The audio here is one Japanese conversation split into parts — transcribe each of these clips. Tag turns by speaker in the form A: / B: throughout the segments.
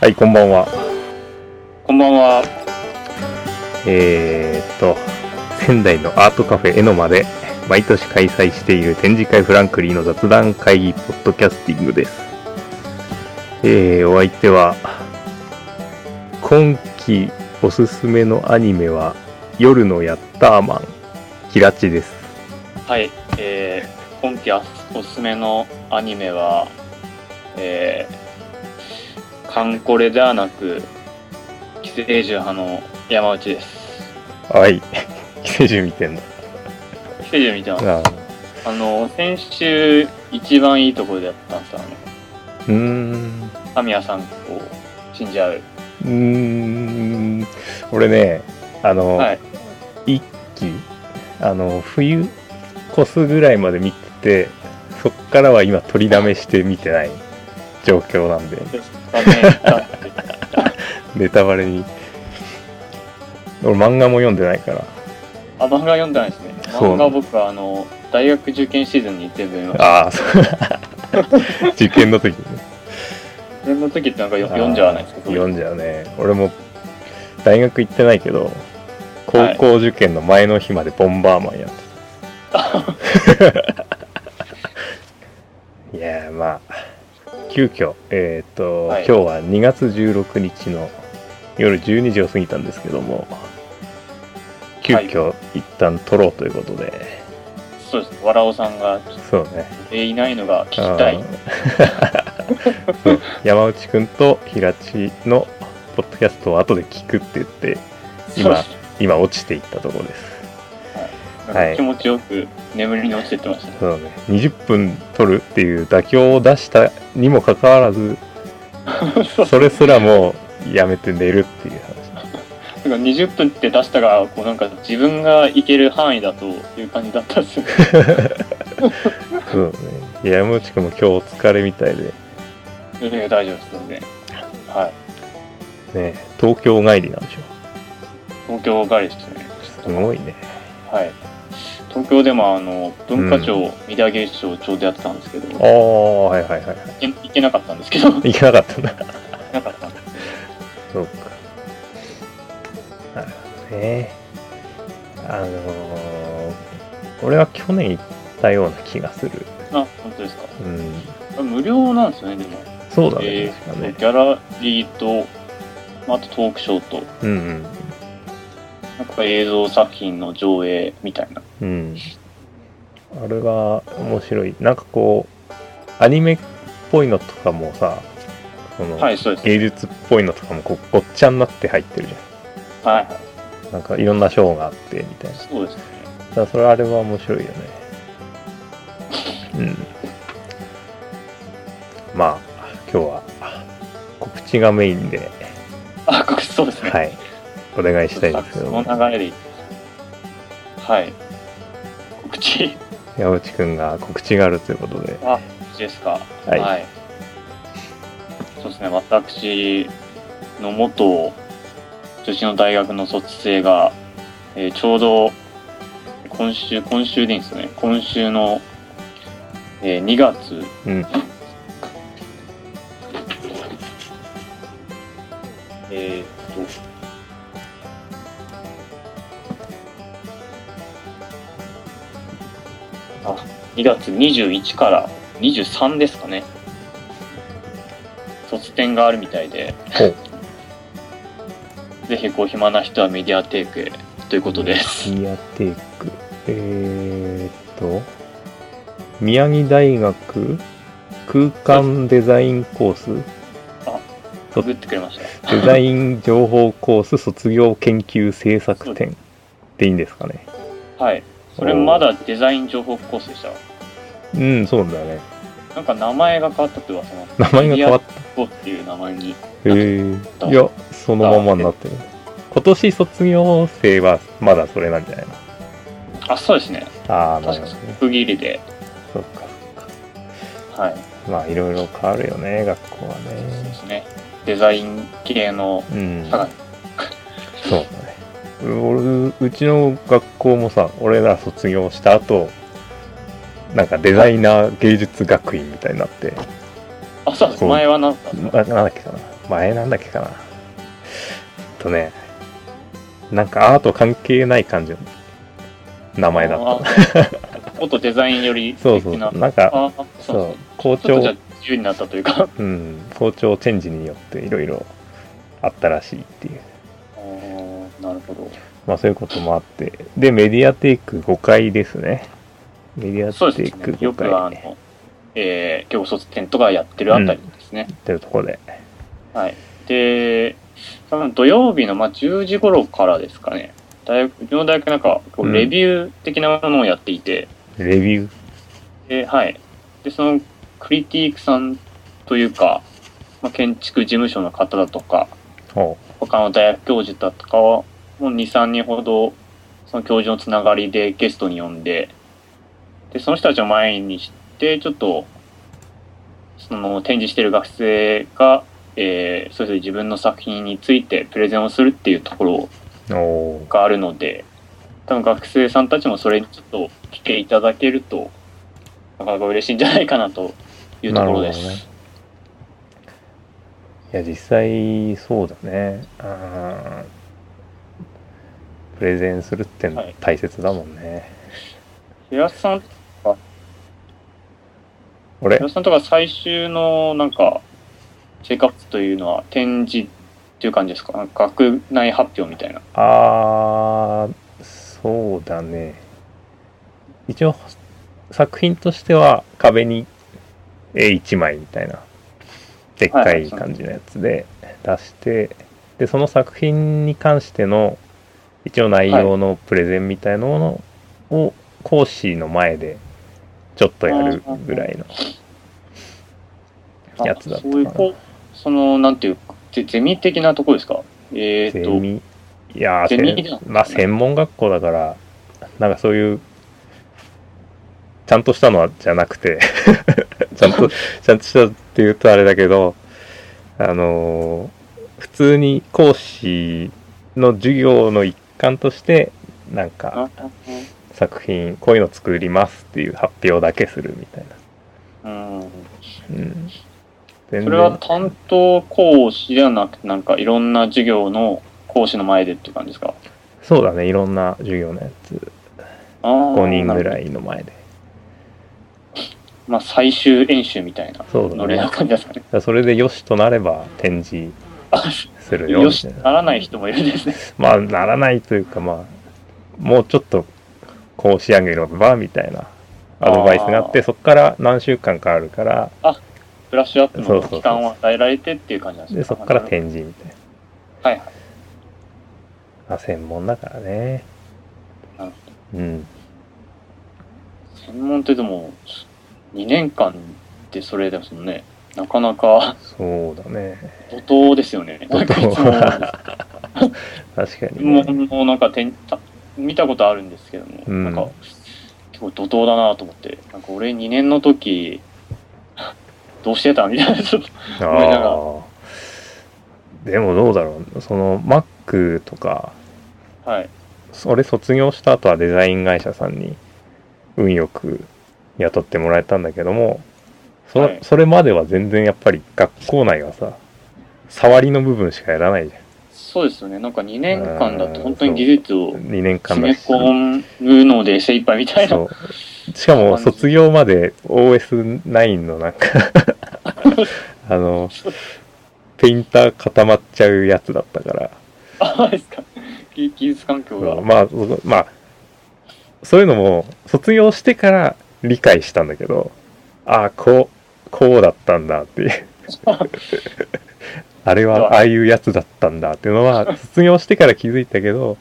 A: はい、こんばんは。
B: こんばんは。
A: えー、っと、仙台のアートカフェエノマで毎年開催している展示会フランクリーの雑談会議ポッドキャスティングです。えー、お相手は、今期おすすめのアニメは、夜のヤッターマン、キラチです。
B: はい。えー、今期あおすすめのアニメは、えー、カンコレではなく、寄生獣派の山内です。
A: はい。寄生獣見てんの。
B: 寄生獣見てます。
A: ああ
B: あの、先週、一番いいところでやったんですよ。あ
A: うーん。
B: の、神谷さんを死んじゃう。
A: うーん。俺ね、あの、
B: はい。
A: 一期あの冬越すぐらいまで見ててそっからは今取りだめして見てない状況なんで
B: ですかね。
A: ネタバレに俺漫画も読んでないから
B: あ、漫画読んだんですね。
A: そう
B: 漫画は僕は、あの、大学受験シーズンに全部読みました。
A: ああそう 受験の時にね
B: 受験の時ってなんかよ読んじゃわないですか
A: あー読んじゃうね俺も大学行ってないけど
B: は
A: 高
B: い
A: 校受験の前の日までボンバーマンやって たいやーまあ急遽えーっと、
B: はい
A: 今日は2月16日の夜12時を過ぎたんですけども急遽、一旦撮ろうということで
B: そうです。わらおさんが、ちょっ
A: そうね
B: といないのが聞きたい。
A: あー そう山内くんと平地のポッドキャストを後で聞くって言って
B: そうで
A: 今
B: す
A: 今落ちていったところですはい
B: 気持ちよく眠りに落ちてってましたね。
A: そうね20分取るっていう妥協を出したにもかかわらずそれすらもうやめて寝るっていう話
B: なんか20分って出したが、こうなんか自分が行ける範囲だという感じだったんですよ。
A: そうね山内くんも今日お疲れみたいで
B: いや大丈夫ですので、はい。
A: ね東京帰りなんでしょ
B: 東京帰りでしたね。
A: すごいね
B: はい。東京でもあの文化庁、メディア芸術賞ちょうどやってたんですけど、
A: あ
B: 行
A: あはいはいはいは
B: け行けなかったんですけど、 行
A: い行けなかったんだ
B: けなかったんです。
A: そうかなるほどねあのー俺は去年行ったような気がする
B: あ、本当ですか。
A: うん
B: 無料なんですよね、でも。
A: そうだね、
B: え
A: 確か
B: ー
A: ね
B: ギャラリーと、まああとトークショーと、
A: うんうん
B: なんか映像作品の上映みたいな。
A: うん。あれが面白い。なんかこう、アニメっぽいのとかもさ、その、
B: はい、そうです。
A: 芸術っぽいのとかもこうごっちゃになって入ってるじ
B: はいはい。
A: ゃん。なんかいろんな賞があってみたいな。
B: そうですね。
A: だからそれあれは面白いよね。うん。まあ、今日は告知がメインで、
B: あ、告知そうですね。
A: はい、お願いしたいんですけ
B: そ
A: ども、
B: の流れでいいはい。告知、
A: 山内くんが告知があるということで、
B: 告知ですか。
A: はい
B: そうですね、私の元、女子の大学の卒生が、えーちょうど、今週、今週でいいんですね。今週の、えー2月
A: うん、
B: えーっと。あ、2月21から23ですかね。卒展があるみたいで
A: ほう。
B: ぜひ、こう、暇な人はメディアテイクへということです。
A: ミアテイク。えーっと、宮城大学空間デザインコース、
B: ググってくれました。
A: デザイン情報コース卒業研究制作展でいいんですかね。
B: はい。それまだデザイン情報コースでした。
A: うん、そうだね。
B: なんか名前が変わったって噂の。
A: 名前が変わっ
B: メ
A: た。
B: ディアコースっていう名前に。
A: えー、いや、そのままになってる。今年卒業生はまだそれなんじゃないの
B: あ、そうですね。
A: ああ、な
B: 確
A: る
B: か
A: ほどね。
B: 区切りで。
A: そっか。
B: はい。
A: まあ、いろいろ変わるよね、学校は
B: そうで
A: ね。
B: すね。デザイン系の
A: うん。
B: はい
A: そうだね俺うちの学校もさ俺ら卒業した後なんかデザイナー芸術学院みたいになって
B: あ、そうです。
A: こう
B: 前はなんか、
A: ななんだっけかな前なんだっけかな。えっとね、なんかアート関係ない感じの名前だった。
B: た。もっとデザインより
A: そうそう、
B: な。
A: なんか、
B: あそう
A: そ
B: そう
A: う、校
B: ちょ
A: 長
B: っとじゃあ自由になったというか。
A: うん、校長チェンジによっていろいろあったらしいっていう。
B: あーなるほど。
A: まあそういうこともあって。で、メディアテイク5回ですね。メディ
B: そ
A: ア
B: う
A: テ
B: で
A: イ
B: す
A: ク
B: ね。よ
A: 5
B: くあ
A: 回、ね、
B: の、えー、教卒展とかやってるあたりですね
A: や。ってるとこで。
B: はい。で、多分土曜日の、まあ、10時頃からですかね。大学、うちの大学なんか、こ
A: う
B: うんレビュー的なものをやっていて、
A: レビュー。
B: で、はい。で、その、クリティークさんというか、まあ、建築事務所の方だとか、
A: ほ
B: 他の大学教授だとかは、もう2、3人ほど、その教授のつながりでゲストに呼んで、で、その人たちを前にして、ちょっと、その展示してる学生が、えーそれぞれ自分の作品についてプレゼンをするっていうところ
A: う。お
B: があるので、多分学生さんたちもそれにちょっと来ていただけると、なかなか嬉しいんじゃないかなとい
A: ー。
B: う
A: な
B: と
A: る
B: こ
A: ほ
B: ろ
A: ど
B: で
A: ね
B: す。。
A: いや、実際、そうだね。あープレゼンするって
B: はい
A: 大切だもんね。
B: 平田さん
A: 俺
B: 平田さんとか最終のなんかチェックアップというのは展示っていう感じですかなんか学内発表みたいな。
A: あーそうだね一応作品としては壁に絵1枚みたいなでっか
B: はいはいい
A: 感じのやつで出してでその作品に関しての一応内容のプレゼンみたいなのを講師の前でちょっとやるぐらいのやつだったかな
B: そういうこうそのなんていうかゼゼミ的なところですかえ
A: ゼ
B: ー、っ
A: ミいやー
B: ゼミ
A: せん
B: じゃん
A: まあ専門学校だからなんかそういうちゃんとしたのはじゃなくて ちゃんとちゃんとしたって言うとあれだけどあのー普通に講師の授業の一環としてなん
B: と
A: か
B: あ
A: 作品こういうの作りますっていう発表だけするみたいな、
B: うん
A: うん、全
B: それは担当講師ではなくてなんかいろんな授業の講師の前でっていう感じですか
A: そうだねいろんな授業のやつ
B: 5
A: 5人ぐ
B: い。
A: らいの前で
B: まあ最終演習みたいな
A: そうだね
B: ノリな感じですかね
A: だ。からそれでよしとなれば展示
B: あ
A: するよ
B: よ
A: み
B: した
A: いな
B: ならない人もいる んですね。
A: まあならないというかまあもうちょっとこう仕上げればみたいなアドバイスがあってそこから何週間かあるから
B: ブラッシュアップ
A: そう
B: の
A: そうそう
B: 期間を与えられてっていう感じなんですね
A: でそこから展示みたい
B: はいはい。
A: な、まあ、専門だからね
B: なる
A: うん
B: 専門ってでも、2年間でそれですもんね。なかなか
A: そうだね
B: 怒涛ですよね。
A: 怒涛
B: なんかいつも
A: 確か
B: 質
A: に、ね、
B: 問もなんかてんた見たことあるんですけども、
A: うん
B: なんか結構怒涛だなと思って、なんか俺2年の時、 どうしてたみたいな、ち ょっと
A: あ
B: 思いながら
A: あでもどうだろうその Mac とか
B: はい。
A: それ卒業した後はデザイン会社さんに運よく雇ってもらえたんだけどもそ,、
B: はい
A: それまでは全然やっぱり学校内はさ触りの部分しかやらないじ
B: そうですよね。なんか2年間だ
A: う
B: と
A: ん
B: 本当に技術
A: ゃん
B: を
A: 2年間
B: 詰
A: だ
B: め
A: し
B: 込むので精一杯みたいな。
A: そうしかも卒業まで OS9 のなんかあのペインター固まっちゃうやつだったから
B: あ、そうですか。技技術環境が。
A: そうまあそまあそういうのも卒業してから理解したんだけどああこうこうだったんだっていうあれはああいうやつだったんだっていうのは卒業してから気づいたけど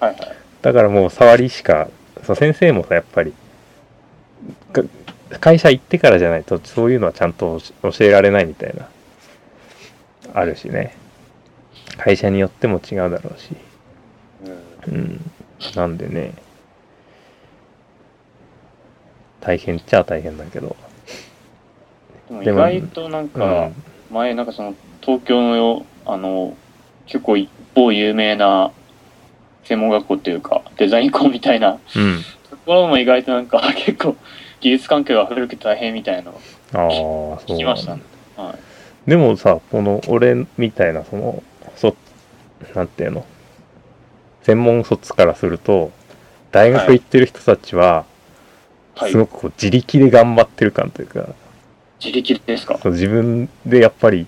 B: はいはい。
A: だからもう触りしかそう先生もさやっぱりが会社行ってからじゃないとそういうのはちゃんと教教えられないみたいなあるしね会社によっても違うだろうしうん。なんでね。大変っちゃ大変だけど。
B: うん、
A: で
B: で
A: も
B: も意外となん
A: う
B: か
A: ん、。
B: 前なんかその東京のよあの結構一方有名な専門学校っていうかデザイン校みたいな
A: うん。
B: ところも意外となんか 結構技術関係が古くて大変みたいなのを
A: ああ、そう
B: 聞きました
A: なん
B: ね
A: だ。
B: はい
A: でもさ、この俺みたいな、その、そ、なんていうの、専門卒からすると、大学行ってる人たちは、
B: はい
A: す。ごくこう自力で頑張ってる感というか、
B: 自力ですか
A: そう自分でやっぱり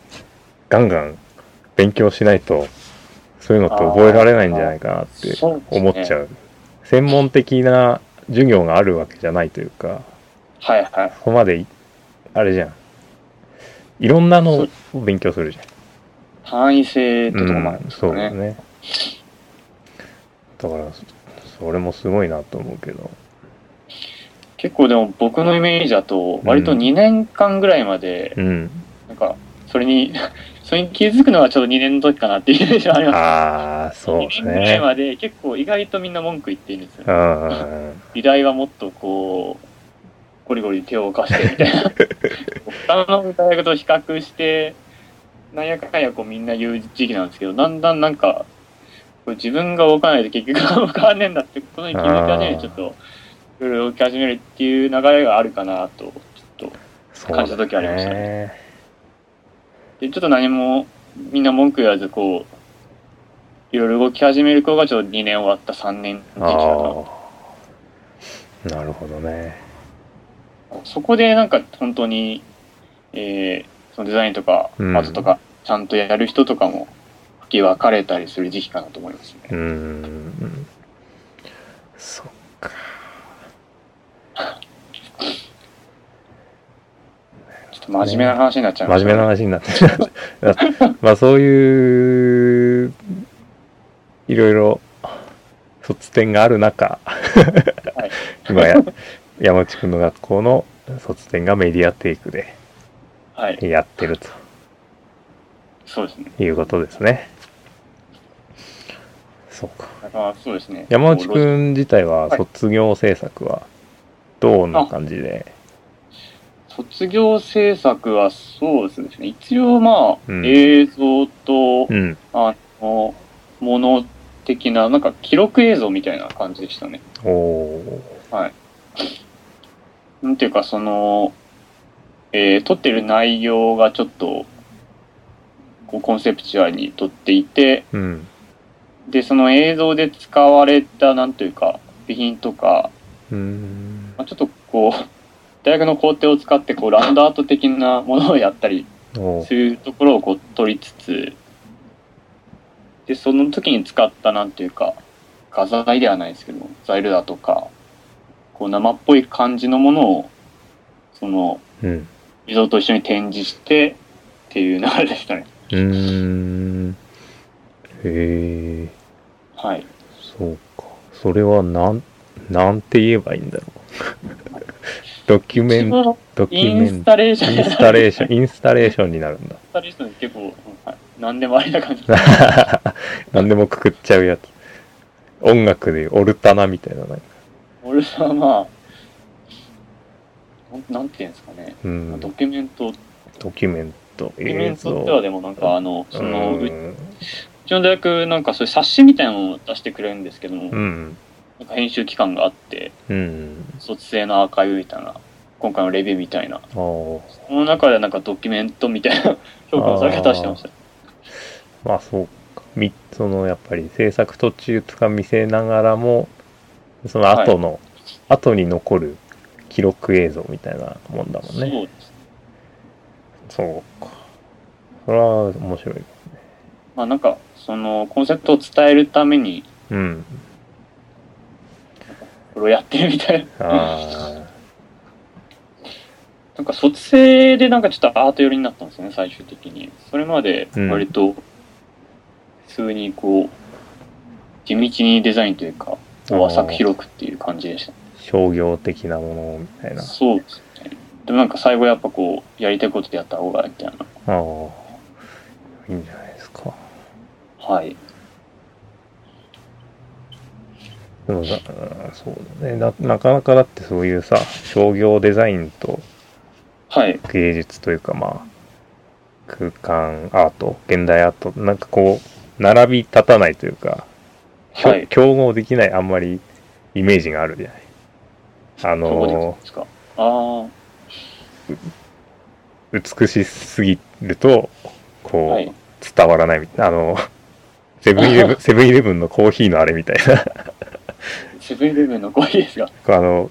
A: ガンガン勉強しないとそういうのって覚えられないんじゃないかなって
B: そうです
A: 思
B: ね
A: っちゃう、専門的な授業があるわけじゃないというか
B: はいはい。
A: そこまでいあれじゃんいろんなのを勉強するじゃん
B: 単位制ってとこもある
A: う
B: ん
A: ん、
B: です
A: そ
B: か
A: うだ
B: ね。
A: ねだからそそれもすごいなと思うけど
B: 結構でも僕のイメージだと、割と
A: うん
B: 2年間ぐらいまで、
A: うん
B: なんか、それに、 それに気づくのはちょっと2年の時かなっていうイメージはあります。
A: ああそう
B: 2
A: です
B: 年ぐらい
A: ね
B: まで結構意外とみんな文句言っていいんですよ
A: う
B: ね。
A: んうんうん
B: 美大はもっとこう、ゴリゴリ手を動かしてみたいな。 他の大学と比較して、なんやかんやこうみんな言う時期なんですけど、だんだんなんか、これ自分が動かないと結局動かんねえんだってことに気づき始め
A: あー
B: て、ちょっと、いろいろ動き始めるっていう流れがあるかなと、ちょっと。
A: そう
B: 感じた時ありました
A: ね
B: で、ちょっと何も、みんな文句言わず、こう、いろいろ動き始める子がちょうど2年終わった3年の時期だと。
A: ああなるほどね
B: そこでなんか本当に、えーそのデザインとか
A: うん
B: アートとかちゃんとやる人とかも吹き分かれたりする時期かなと思いますね。
A: うーんそっか
B: ちょっと真面目な話になっちゃいま
A: 真
B: し
A: 面目
B: た、
A: な話になって まあそういういろいろ卒点がある中、
B: い
A: 今や山内くんの学校の卒点がメディアテイクで
B: はい。
A: やってると
B: そうですね。
A: いうことですねそうか
B: だからそうですね。
A: 山内
B: こうロジ
A: くん自体は
B: はい
A: 卒業制作はどんな感じで、
B: 卒業制作はそうですね。一応まあ、
A: うん
B: 映像と、
A: うん
B: あの、もの的な、なんか記録映像みたいな感じでしたね。
A: おお
B: なんていうか、その、えー撮ってる内容がちょっと、こう、コンセプチュアルに撮っていて、
A: ーうん
B: で、その映像で使われた、なんというか、備品とか、
A: うーん
B: まあ、ちょっとこう、大学の工程を使って、こう、ラウンドアート的なものをやったり
A: お
B: するところをこう、撮りつつ、で、その時に使った、なんていうか、画材ではないですけど、材料だとか、こう、生っぽい感じのものを、その、
A: うん
B: 映像と一緒に展示してっていう流れでしたね。
A: うーんへえ
B: はい。
A: そうかそれはなんなんて言えばいいんだろう ドキュメン
B: 一応
A: ドキ
B: イ
A: ュメ
B: ンス
A: ン
B: タレーション
A: インスタレー ションインスタレーションになるんだ
B: インスタレーションって結構、はい、何でもありな感じ。
A: 何でもくくっちゃうやつ音楽でいうオルタナみたいななんか
B: 俺はまあ、なんなんていうんですかね。
A: うん
B: ドキュメント、
A: ドキュメント
B: ドキュメ
A: 映
B: ント
A: 像
B: ってはでもなんかあの、その、う
A: うん
B: ちの大学なんかそういう冊子みたいなのを出してくれるんですけども、
A: うん
B: なんか編集期間があって、
A: うん
B: 卒生のアーカイブみたいな、今回のレビューみたいな、
A: あー
B: その中でなんかドキュメントみたいな 評価のされ方をしてました。
A: まあそうかみそのやっぱり制作途中とか見せながらもその後の、後に残る記録映像みたいなもんだもんね
B: そうです
A: そうかそれは面白い
B: まあなんか、そのコンセプトを伝えるために、
A: うん
B: これをやってるみたいな。
A: あ
B: なんか卒生でなんかちょっとアート寄りになったんですよね、最終的に。それまで割と、普通にこう、地道にデザインというか、
A: あー
B: 浅く広くっていう感じでした。
A: あ商業的なものみたいなあ
B: そうですね。でもなんか最後やっぱこう、やりたいことでやった方がみたいな。
A: あいいんじゃないですか
B: はい。
A: でもだそうだねななかなかだってそういうさ商業デザインと
B: はい。
A: 芸術というかまあ空間アート現代アートなんかこう並び立たないというか、ひょ
B: はい。
A: 競合できないあんまりイメージがあるじゃないあ
B: どこで
A: の
B: ですかああ。
A: 美しすぎると、こう、
B: はい。
A: 伝わらないみたいな、あの、セブンイレブン、セブンイレブンのコーヒーのあれみたいな、
B: セブンイレブンのコーヒーですが。
A: あの、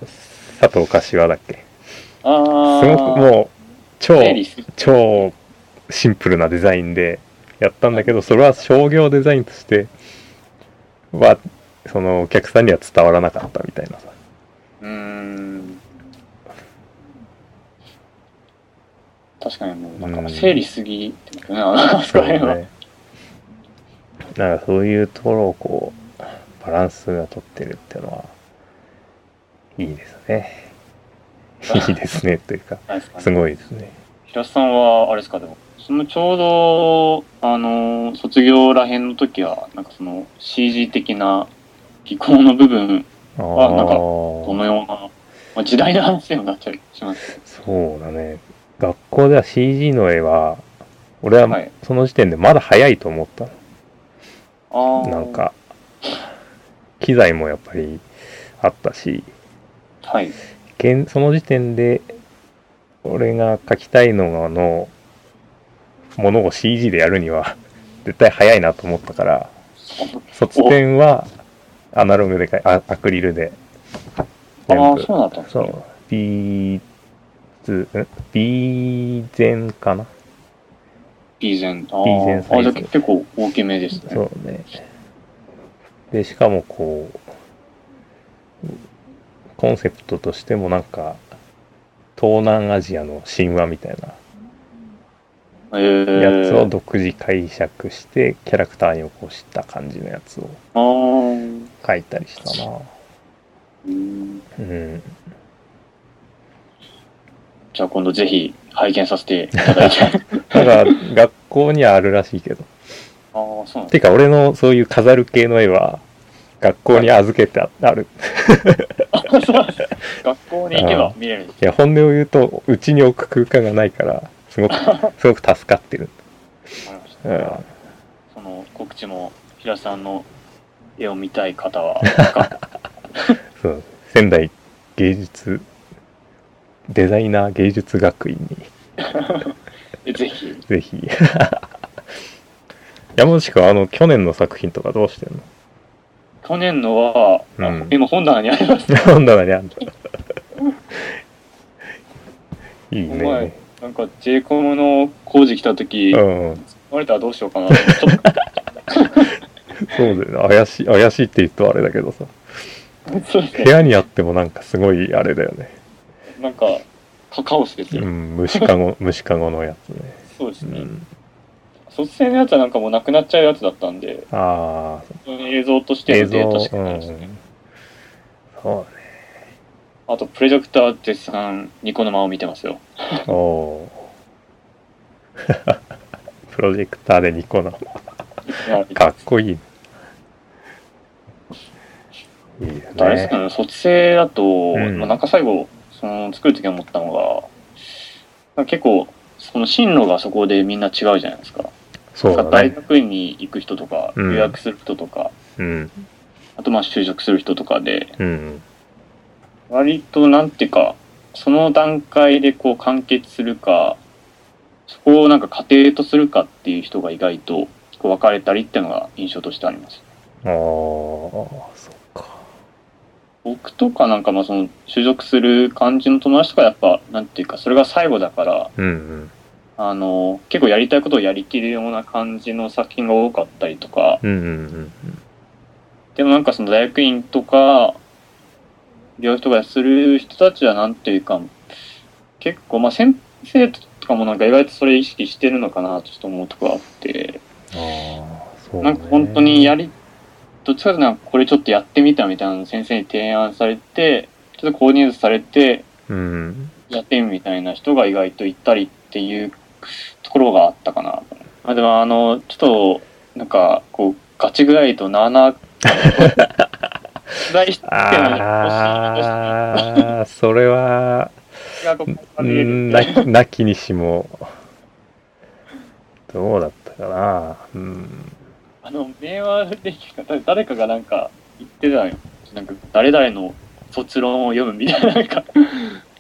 A: 佐藤柏だっけ
B: ああ。
A: すごくもう、超、
B: 整理する
A: 超シンプルなデザインでやったんだけど、それは商業デザインとしては、そのお客さんには伝わらなかったみたいなさ。
B: うーん。確かにもう、なんか整理しすぎってことね、あのあそこら辺は。。
A: なんかそういうところをこう、バランスが取ってるっていうのは、いいですね。いいですね、というか、
B: ないですかね
A: すごいですね。
B: 平瀬さんは、あれですか、でも、そのちょうど、あのー、卒業らへんの時は、なんかその CG 的な技巧の部分、
A: あ
B: なんか
A: ー
B: どのような、まあ、時代の話にもなっちゃいしますけ
A: そうだね。学校では CG の絵は、俺
B: ど。は。
A: はいその時点でまだ早いと思ったの
B: あー
A: なん。か、機材もやっぱりあったし、
B: はい。
A: 現その時点で、俺が書きたいのの、ものを CG でやるには、 絶対早いなと思ったから、卒点は、アナログでかい、あアクリルで。
B: あ
A: 全
B: あ、
A: 部
B: そうだったんです
A: そ
B: ね。
A: う、B、ん ?B 前かな
B: ビーゼン。あ
A: ビーゼン
B: ー
A: サ
B: あ、
A: イ
B: じ
A: ズ
B: ゃあ結構大きめですね。
A: そうね。で、しかもこう、コンセプトとしてもなんか、東南アジアの神話みたい
B: えー
A: なやつを独自解釈して、キャラクターに起こした感じのやつを
B: あー
A: 書いたりしたな。
B: うん
A: うん。
B: じゃあ今度ぜひ拝見させていただい て。
A: だから、学校にはあるらしいけど。
B: ああ、そうなん
A: て
B: で
A: か、俺のそういう飾る系の絵は、学校に預けてあある。
B: すか。学校に行けば見れるんです。
A: いや、本音を言うと、うちに置く空間がないから、すごく、すごく助かってる。
B: わかりまし た
A: うん。
B: その告知も平さんの絵を見たい方 は
A: そう仙台芸術デザイナー芸術学院に
B: ぜひ
A: ぜひ 山内君あの去年の作品とかどうしてんの
B: 去年のは、あ
A: うん
B: 今本棚にあります
A: 本棚にあんだいい
B: お前
A: ね
B: なんか j コムの工事来た時
A: う
B: 言
A: ん
B: われたらどうしようかなちょっ
A: そうだよね怪しい怪しいって言うとあれだけどさ
B: とそうです
A: 部
B: ね
A: 屋にあってもなんかすごいあれだよね
B: なんかカカオスですよ、
A: うん虫かご虫かごのやつね、
B: そうです
A: う
B: ね、
A: ん、
B: 卒生のやつはなんかもうなくなっちゃうやつだったんで
A: ああ
B: 本当に映像として
A: 映
B: の
A: 像
B: データしか
A: う
B: ないですね、
A: んそう
B: あとプロジェクター絶賛ニコ生を見てますよ
A: おおー プロジェクターでニコ生かっこいいいいよ
B: あれですか
A: ね
B: ね、卒生だと、
A: ん
B: まあなんか最後、その作るとき思ったのが、なんか結構、その進路がそこでみんな違うじゃないですか。
A: そう
B: なんか
A: だ
B: 大
A: ね
B: 学院に行く人とか、
A: うん
B: 留学する人とか、
A: うん
B: あとまあ就職する人とかで、
A: うん
B: 割となんていうか、その段階でこう完結するか、そこをなんか家庭とするかっていう人が意外とこう分かれたりっていうのが印象としてあります。
A: ああそっか
B: 僕とかなんかまあその就職する感じの友達とかやっぱなんていうかそれが最後だから
A: うんうん
B: あの結構やりたいことをやりきるような感じの作品が多かったりとか
A: うんうんうん
B: でもなんかその大学院とか病気とかする人たちはなんていうか結構まあ先生とかもなんか意外とそれ意識してるのかなとちょっと思うとこがあって
A: ああそうね
B: なんか本当にやりどっちかというとなんかこれちょっとやってみたみたいなの先生に提案されてちょっとコーディネートされて
A: うん
B: やってみたいな人が意外といたりっていうところがあったかな。まあ、でもあの、ちょっと、なんか、こう、ガチぐらいとなあなあ、取材してるのに
A: ああそれは
B: 星がここか
A: う
B: ら見える
A: ん
B: って
A: ななきにしもどうだったかなうん
B: あの、名話で誰かがなんか言ってたのよ。なんか、誰々の卒論を読むみたいな、なんか、と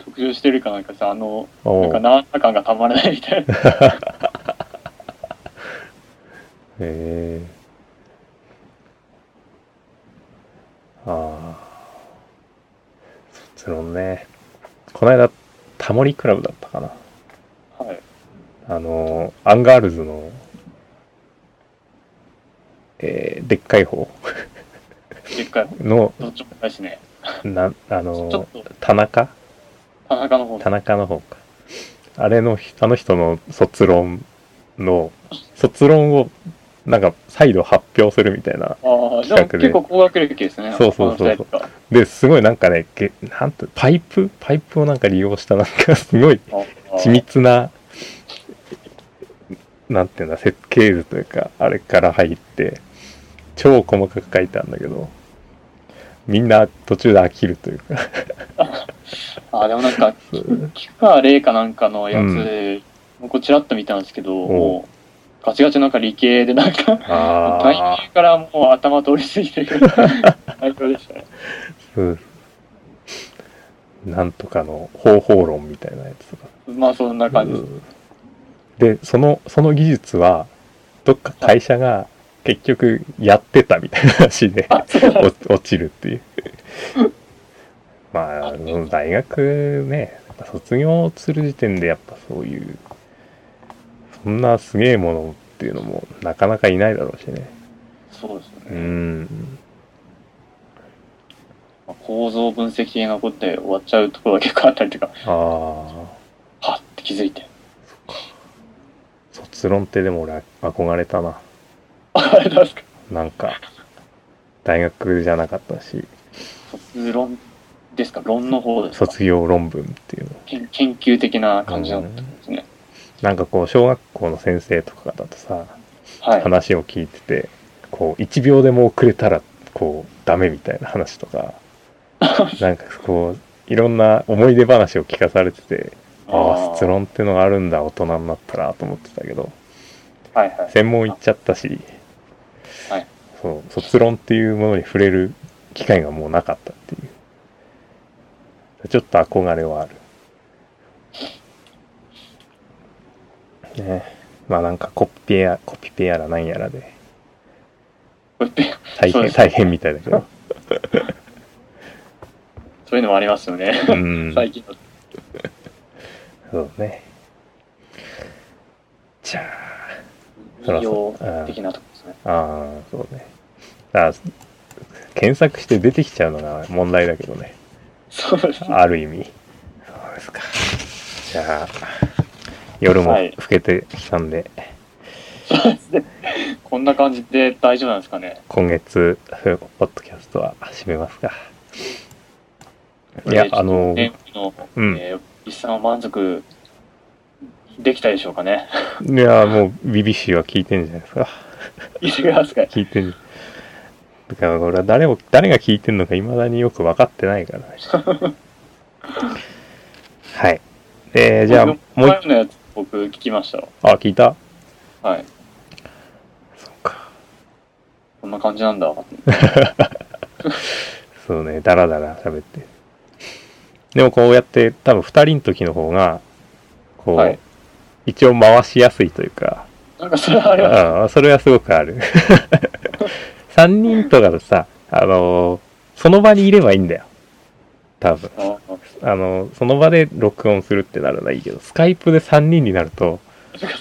B: 復習してるかなんかさ、あの、な
A: お
B: んか
A: う
B: なんだかがたまらないみたいな。
A: へえああ卒論ねこの間タモリクラブだったかな
B: はい。
A: あのアンガールズのえーでっかい方
B: 結果、
A: の
B: どっちもないしね。
A: なあ
B: ちょっ
A: の
B: と、
A: 田中
B: 田中の方
A: 田中の方かあれのあの人の卒論の卒論をなんか再度発表するみたいな
B: ああ、じゃあ
A: 近くで
B: 結構高学歴ですね。
A: そうそうそうそう
B: あの二人とか
A: ですごいなんかねげなんとパイプパイプをなんか利用したなんか すごい
B: ああ
A: 緻密ななんていうんだ設計図というかあれから入って超細かく書いてあるんだけどみんな途中で飽きるというか
B: あ、でもなんか、
A: そう
B: 菊川玲かなんかのや
A: う
B: つ、僕ちらっと見たんですけど、
A: う
B: もう、ガチガチなんか理系でなんか、大
A: あ
B: 変からもう頭通り過ぎてる最高でしたね。
A: うんなんとかの方法論みたいなやつとか
B: まあそんな感じです。
A: でそのその技術はどっか会社が結局やってたみたいな話で落落ちるっていうまあその大学ねやっぱ卒業する時点でやっぱそういうそんなすげえものっていうのもなかなかいないだろうしね
B: そうですよね
A: う。ん
B: まあ構造分析系のことで終わっちゃうところが結構あったりとか、
A: ああ
B: はっって気づいて。
A: 卒論ってでも俺憧れたな
B: あれなんですか
A: なんか大学じゃなかったし
B: 卒論ですか論の方ですか
A: 卒業論文っていうの
B: 研研究的な感じだったんですね。
A: なんかこう小学校の先生とかだとさ
B: はい。
A: 話を聞いててこう1秒でも遅れたらこうダメみたいな話とかなんかこういろんな思い出話を聞かされててああ卒論ってのがあるんだ大人になったらと思ってたけど
B: はいはい。
A: 専門行っちゃったし、
B: はい
A: そう卒論っていうものに触れる機会がもうなかったっていうちょっと憧れはあるねまあなんかコピペやコピペやらなんやらで
B: こうやって
A: 大
B: そうで
A: 変
B: すね
A: 大変みたいだけ ど
B: そういうのもありますよね。
A: うん
B: 最近の
A: そうねじゃあそら
B: 医
A: そう
B: 療的なとこですね。
A: ああそうねあ検索して出てきちゃうのが問題だけどね
B: そうですね。
A: ある意味。そうですか。じゃあ、夜も
B: はい
A: 更けてきたんで、
B: こんな感じで大丈夫なんですかね。
A: 今月、ポッドキャストは締めますか。い
B: え
A: や
B: ー、
A: あの、
B: ちょっと
A: う
B: 年
A: ん
B: の、。えー、一さんを満足できたでしょうかね。
A: いや、もう、ビビシーは聞いてんじゃないですか。
B: 言ってください。
A: 聞いてん。だから、俺は誰を、誰が聞いてんのか、未だによく分かってないからね。 はい。えー、じゃあ、もう
B: 僕
A: 一
B: 前のやつ僕聞きました。
A: あ、聞いた
B: はい。
A: そうか。
B: こんな感じなんだ。
A: そうね、だらだら喋って。でもこうやって、多分二人の時の方が、こう、
B: はい
A: 一応回しやすいというか、
B: なんかそれはあります。
A: うん、それはすごくある。 三人とかだとさ、あのーその場にいればいいんだよ。多分。
B: ああ
A: あのーその場で録音するってならないいけど、スカイプで三人になると、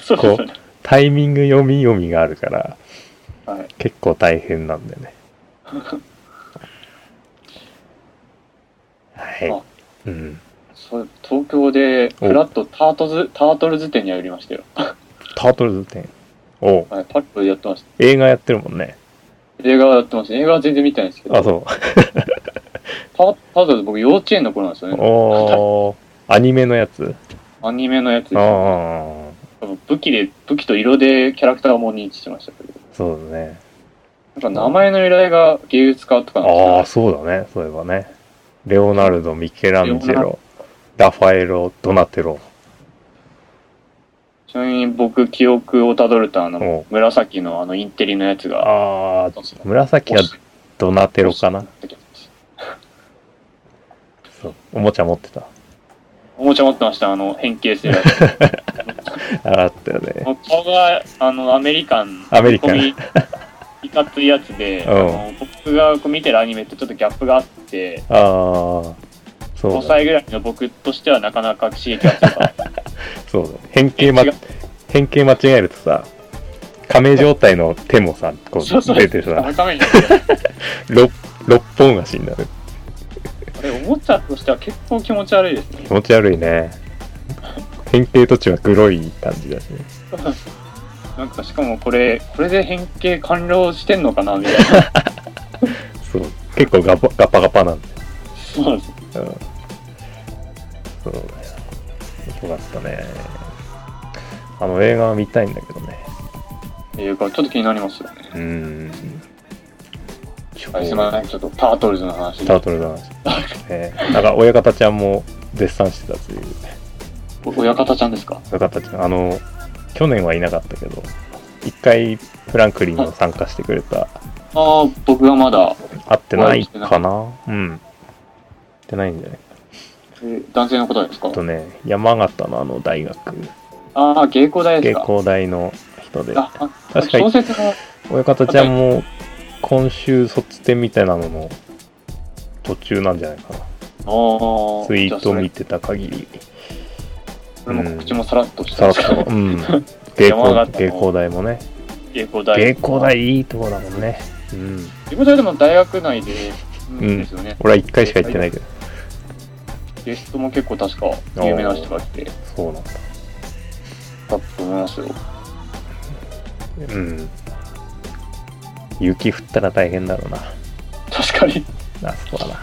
B: そうですよね。
A: タイミング読み読みがあるから、
B: はい。
A: 結構大変なんだよ ね。は
B: あ
A: い。うん。
B: そう東京でフラットタートズタートルズ店にありましたよ。
A: タートルズ展。おう
B: はい、パックでやってました。
A: 映画やってるもんね。
B: 映画はやってました。映画は全然見てないんですけど、
A: あ、そ
B: タタートルズ僕幼稚園の頃なんですよ
A: う。
B: ね。
A: おー。 アニメのやつ。
B: アニメのやつです
A: あ
B: よね。
A: あ。
B: 多分武器で、武器と色でキャラクターも認知してましたけど。
A: そうだね。
B: なんか名前の由来が芸術家とかなんですよ
A: あ
B: ね
A: あ、そうだね。そういえばね。レオナルド、ミケランジェロ、ラファエロ、ドナテロ。
B: ちなみに僕、記憶をたどると、あ
A: お
B: の、紫のあの、インテリのやつが、
A: ああ、紫はドナテロかな。そう。おもちゃ持ってた。
B: おもちゃ持ってました、あの、変形性ライ
A: あったよね。
B: もう顔が、あの、アメリカン、
A: アメリカン
B: 込みいかついやつで、
A: うん
B: あの僕がこう見てるアニメとちょっとギャップがあって、
A: ああ、そう
B: 5
A: だ、ね、
B: 歳ぐらいの僕としてはなかなか刺激が 強かった。
A: そうだ、ね、変形、ま
B: 違う、
A: 変形間違えるとさ、亀状態の手もさ、こ
B: そうそう
A: う出てさ、
B: 高めに
A: 六六本足になる。
B: あれ、おもちゃとしては結構気持ち悪いですね
A: 気。持ち悪いね。変形途中は黒い感じだしね。
B: なんかしかもこれ、これで変形完了してんのかなみたいな。
A: そう、結構ガパガパガパなんだよ。
B: そうです。
A: うん。そうだよ。よかったね。あの映画は見たいんだけどね。
B: 映画、ちょっと気になりますよね。
A: うーん。ちょ
B: はい、すいません、ちょっとタートルズの話
A: ター。
B: で
A: トル の話。えー、なんか親方ちゃんも絶賛してたという。
B: お親方ちゃんですか
A: 親方ちゃん、あの、去年はいなかったけど、一回フランクリンの参加してくれた、
B: ああ、僕はまだ、
A: 会ってないかなうん。会ってないんじゃない
B: えー男性の方ですか
A: あとね、山形のあの大学、
B: ああ、芸工大で
A: 芸
B: すか
A: 工大の人で、
B: あ、あ
A: 確かに
B: 小説の、
A: 親方ちゃんも今週卒展みたいなのの途中なんじゃないかな。
B: ああ、
A: ツイート見
B: み。
A: てた限り。
B: これも口もさらっとして
A: さら
B: ま
A: っ
B: すから
A: と、う ん。芸
B: 山
A: 工
B: 形の
A: 芸工大もね。
B: 芸工大。
A: 芸工大いいとこだもんね。うん。
B: 芸工大でも大学内で、うん、ですよね。
A: 俺は一回しか行ってないけど。
B: ゲストも結構確か有名な人が来て
A: そうなんだ。
B: たと思いますよ。
A: うん。雪降ったら大変だろう
B: 確かに。
A: な。あそこはな。
B: あ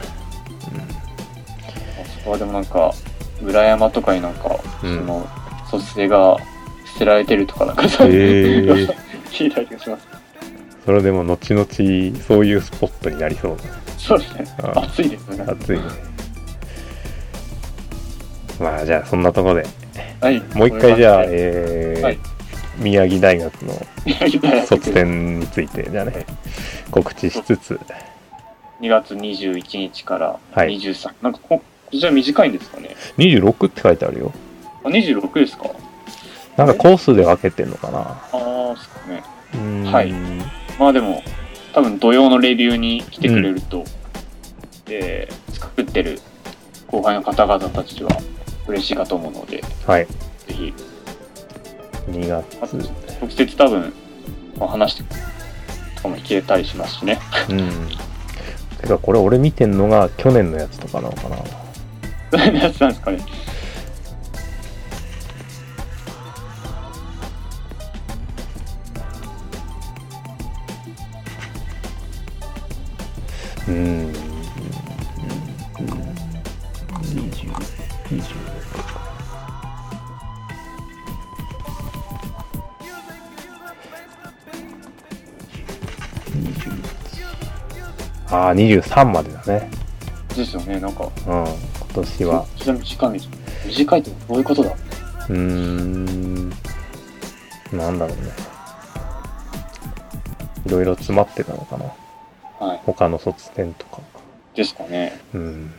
B: そこはでもなんか、裏山とかになんか、
A: うん
B: その、卒生が捨てられてるとかなんか そう
A: へ
B: いう
A: ー
B: 噂聞いたりします。
A: それでも後々そういうスポットになりそうだ
B: そうですね。
A: うん
B: 暑いですよね。
A: 暑いね。まあじゃあそんなとこで
B: はい。
A: もう一回じゃあ、
B: え
A: えー
B: はい
A: 宮城大学の
B: ー
A: 卒展についてじゃあね告知しつつ
B: 2月21日から
A: はい
B: 23、なんかここちら短いんですかね
A: 26って書いてあるよ
B: あ26ですか
A: なんかコースで分けてんのかな
B: ああそうですね
A: うーん
B: はいまあでも多分土曜のレビューに来てくれると、えー作ってる後輩の方々たちは嬉しいかと思うので
A: はい
B: ぜひ
A: 2
B: あと
A: 月
B: 直接多分、まあ、話してとかも聞けたりしますしね
A: うんてかこれ俺見てんのが去年のやつとかなのかな
B: どういうやつなんですかね
A: うん20 20ああ23までだね
B: ですよねなんか
A: うん今年は
B: ちなみに時間短い短いってどういうことだ
A: うーんなんだろうねいろいろ詰まってたのかな
B: はい
A: 他の卒点とか
B: ですかね
A: うん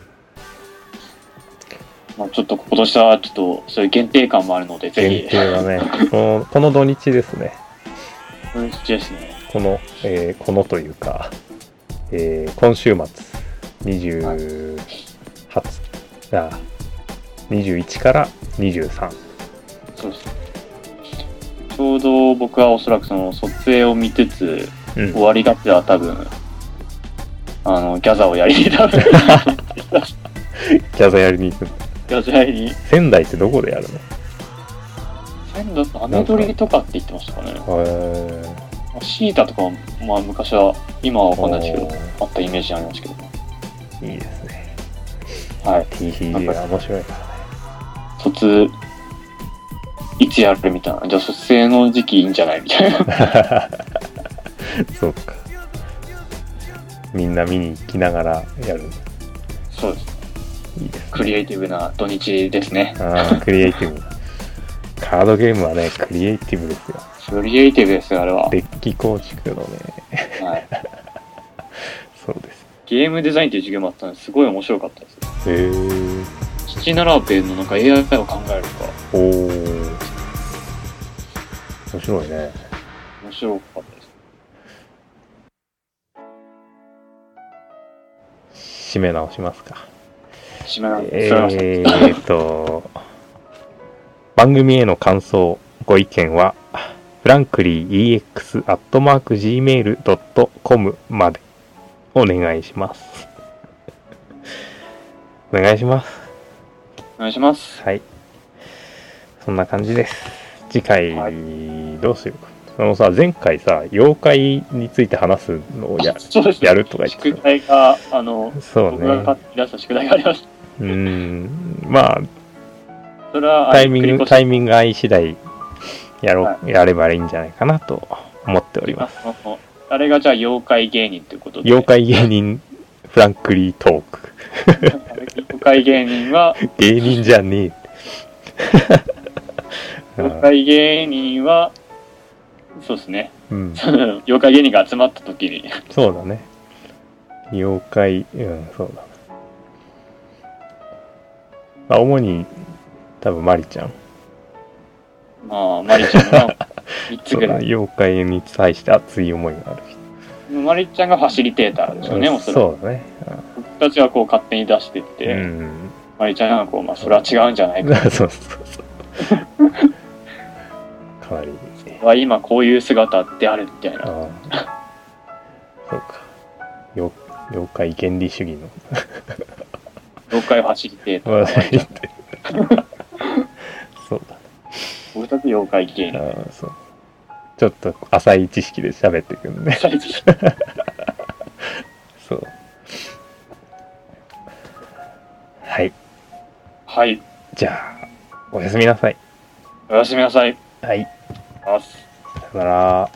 B: まあ、ちょっと今年はちょっとそういう限定感もあるので、ぜ
A: 限
B: ひ、
A: 定だねこのこの土日ですね
B: うんですね。
A: この、えーこのというか、えー今週末28、あ21から23
B: そうですちょうど僕はおそらくその卒営を見つつ、
A: うん
B: 終わりがては多分、あの、ギャザーをやりに、多分、 ギ
A: ギャザやりに行く
B: ャザーやりに、
A: 仙台ってどこでやるの
B: 仙台とアメ取りとかって言ってましたかね。
A: へ
B: シータとかも、まあ昔は、今はわかんないですけ
A: お
B: ど、あったイメージありますけど、
A: ーいいですね
B: はい。
A: TCG が面白いからね
B: 卒、いつやるみたいな。じゃあ卒営の時期いいんじゃないみたいな。
A: そうか。みんな見に行きながらやる。
B: そうです。
A: いいです
B: ク
A: ね。
B: リエイティブな土日ですね。
A: あークリエイティブ。カードゲームはね、クリエイティブですよ。
B: クリエイティブですよ、あれは。
A: デッキ構築のね、
B: はい、
A: そうです。
B: ゲームデザインという授業もあったのですごい面白かったです。
A: へえ。
B: 土ならべのなんか AI を考えるか、
A: おお面白いね
B: 面白かったです。
A: 締め直しますか
B: しまいま
A: え
B: した。
A: ーっと、番組への感想、ご意見は、フランクリー EX.gmail.com までお願いし ます。お願いします。
B: お願いします。
A: はい。そんな感じです。次回、
B: は
A: どうしようか。そのさ、前回さ、妖怪について話すのをや
B: そうですね
A: やるとか言って
B: 宿題が、あの、
A: た。そう
B: 僕が
A: ね
B: 買。ってき出した宿題がありました。
A: うん。まあ、
B: それは、あの
A: タイミン
B: 繰
A: グ、
B: 越し
A: タイミング合い次第、やろう、
B: は
A: やればいいんじゃないかなと思っております。
B: あのあれがじゃあ妖怪芸人ということで。
A: 妖怪芸人、フランクリートーク。
B: 妖怪芸 人は、
A: 芸人じゃねえ。
B: 妖怪芸人は、そうですね。
A: うん、
B: 妖怪芸人が集まった時に、
A: そうだね。妖怪、うん、そうだ。まあ、主に、多分マリちゃん。
B: まあ、マリちゃ んが3つ
A: そう
B: ぐ
A: だ
B: らい。
A: 妖怪に対して熱い思いがある
B: マリちゃんがファシリテーターでしょ
A: 人。
B: うね、
A: う
B: お
A: ん
B: そらく。
A: そうだね。
B: 僕たちがこう勝手に出してっ
A: う
B: て、
A: ん。
B: マリちゃんがこう、まあ、それは違うんじゃないか。
A: そうそうそう。かなり。
B: は今こういう姿であるみたいな。
A: ああ。そうか。よ妖怪原理主義 の。
B: 妖怪ファシリテータ
A: まあ
B: ー。
A: そうだ。
B: 僕たち妖怪芸人。
A: ああ、そう。ちょっと浅い知識で喋っていくんで。そう。はい。
B: はい。
A: じゃあ、おやすみなさい。
B: おやすみなさい。
A: はい。
B: ます。
A: さよなら。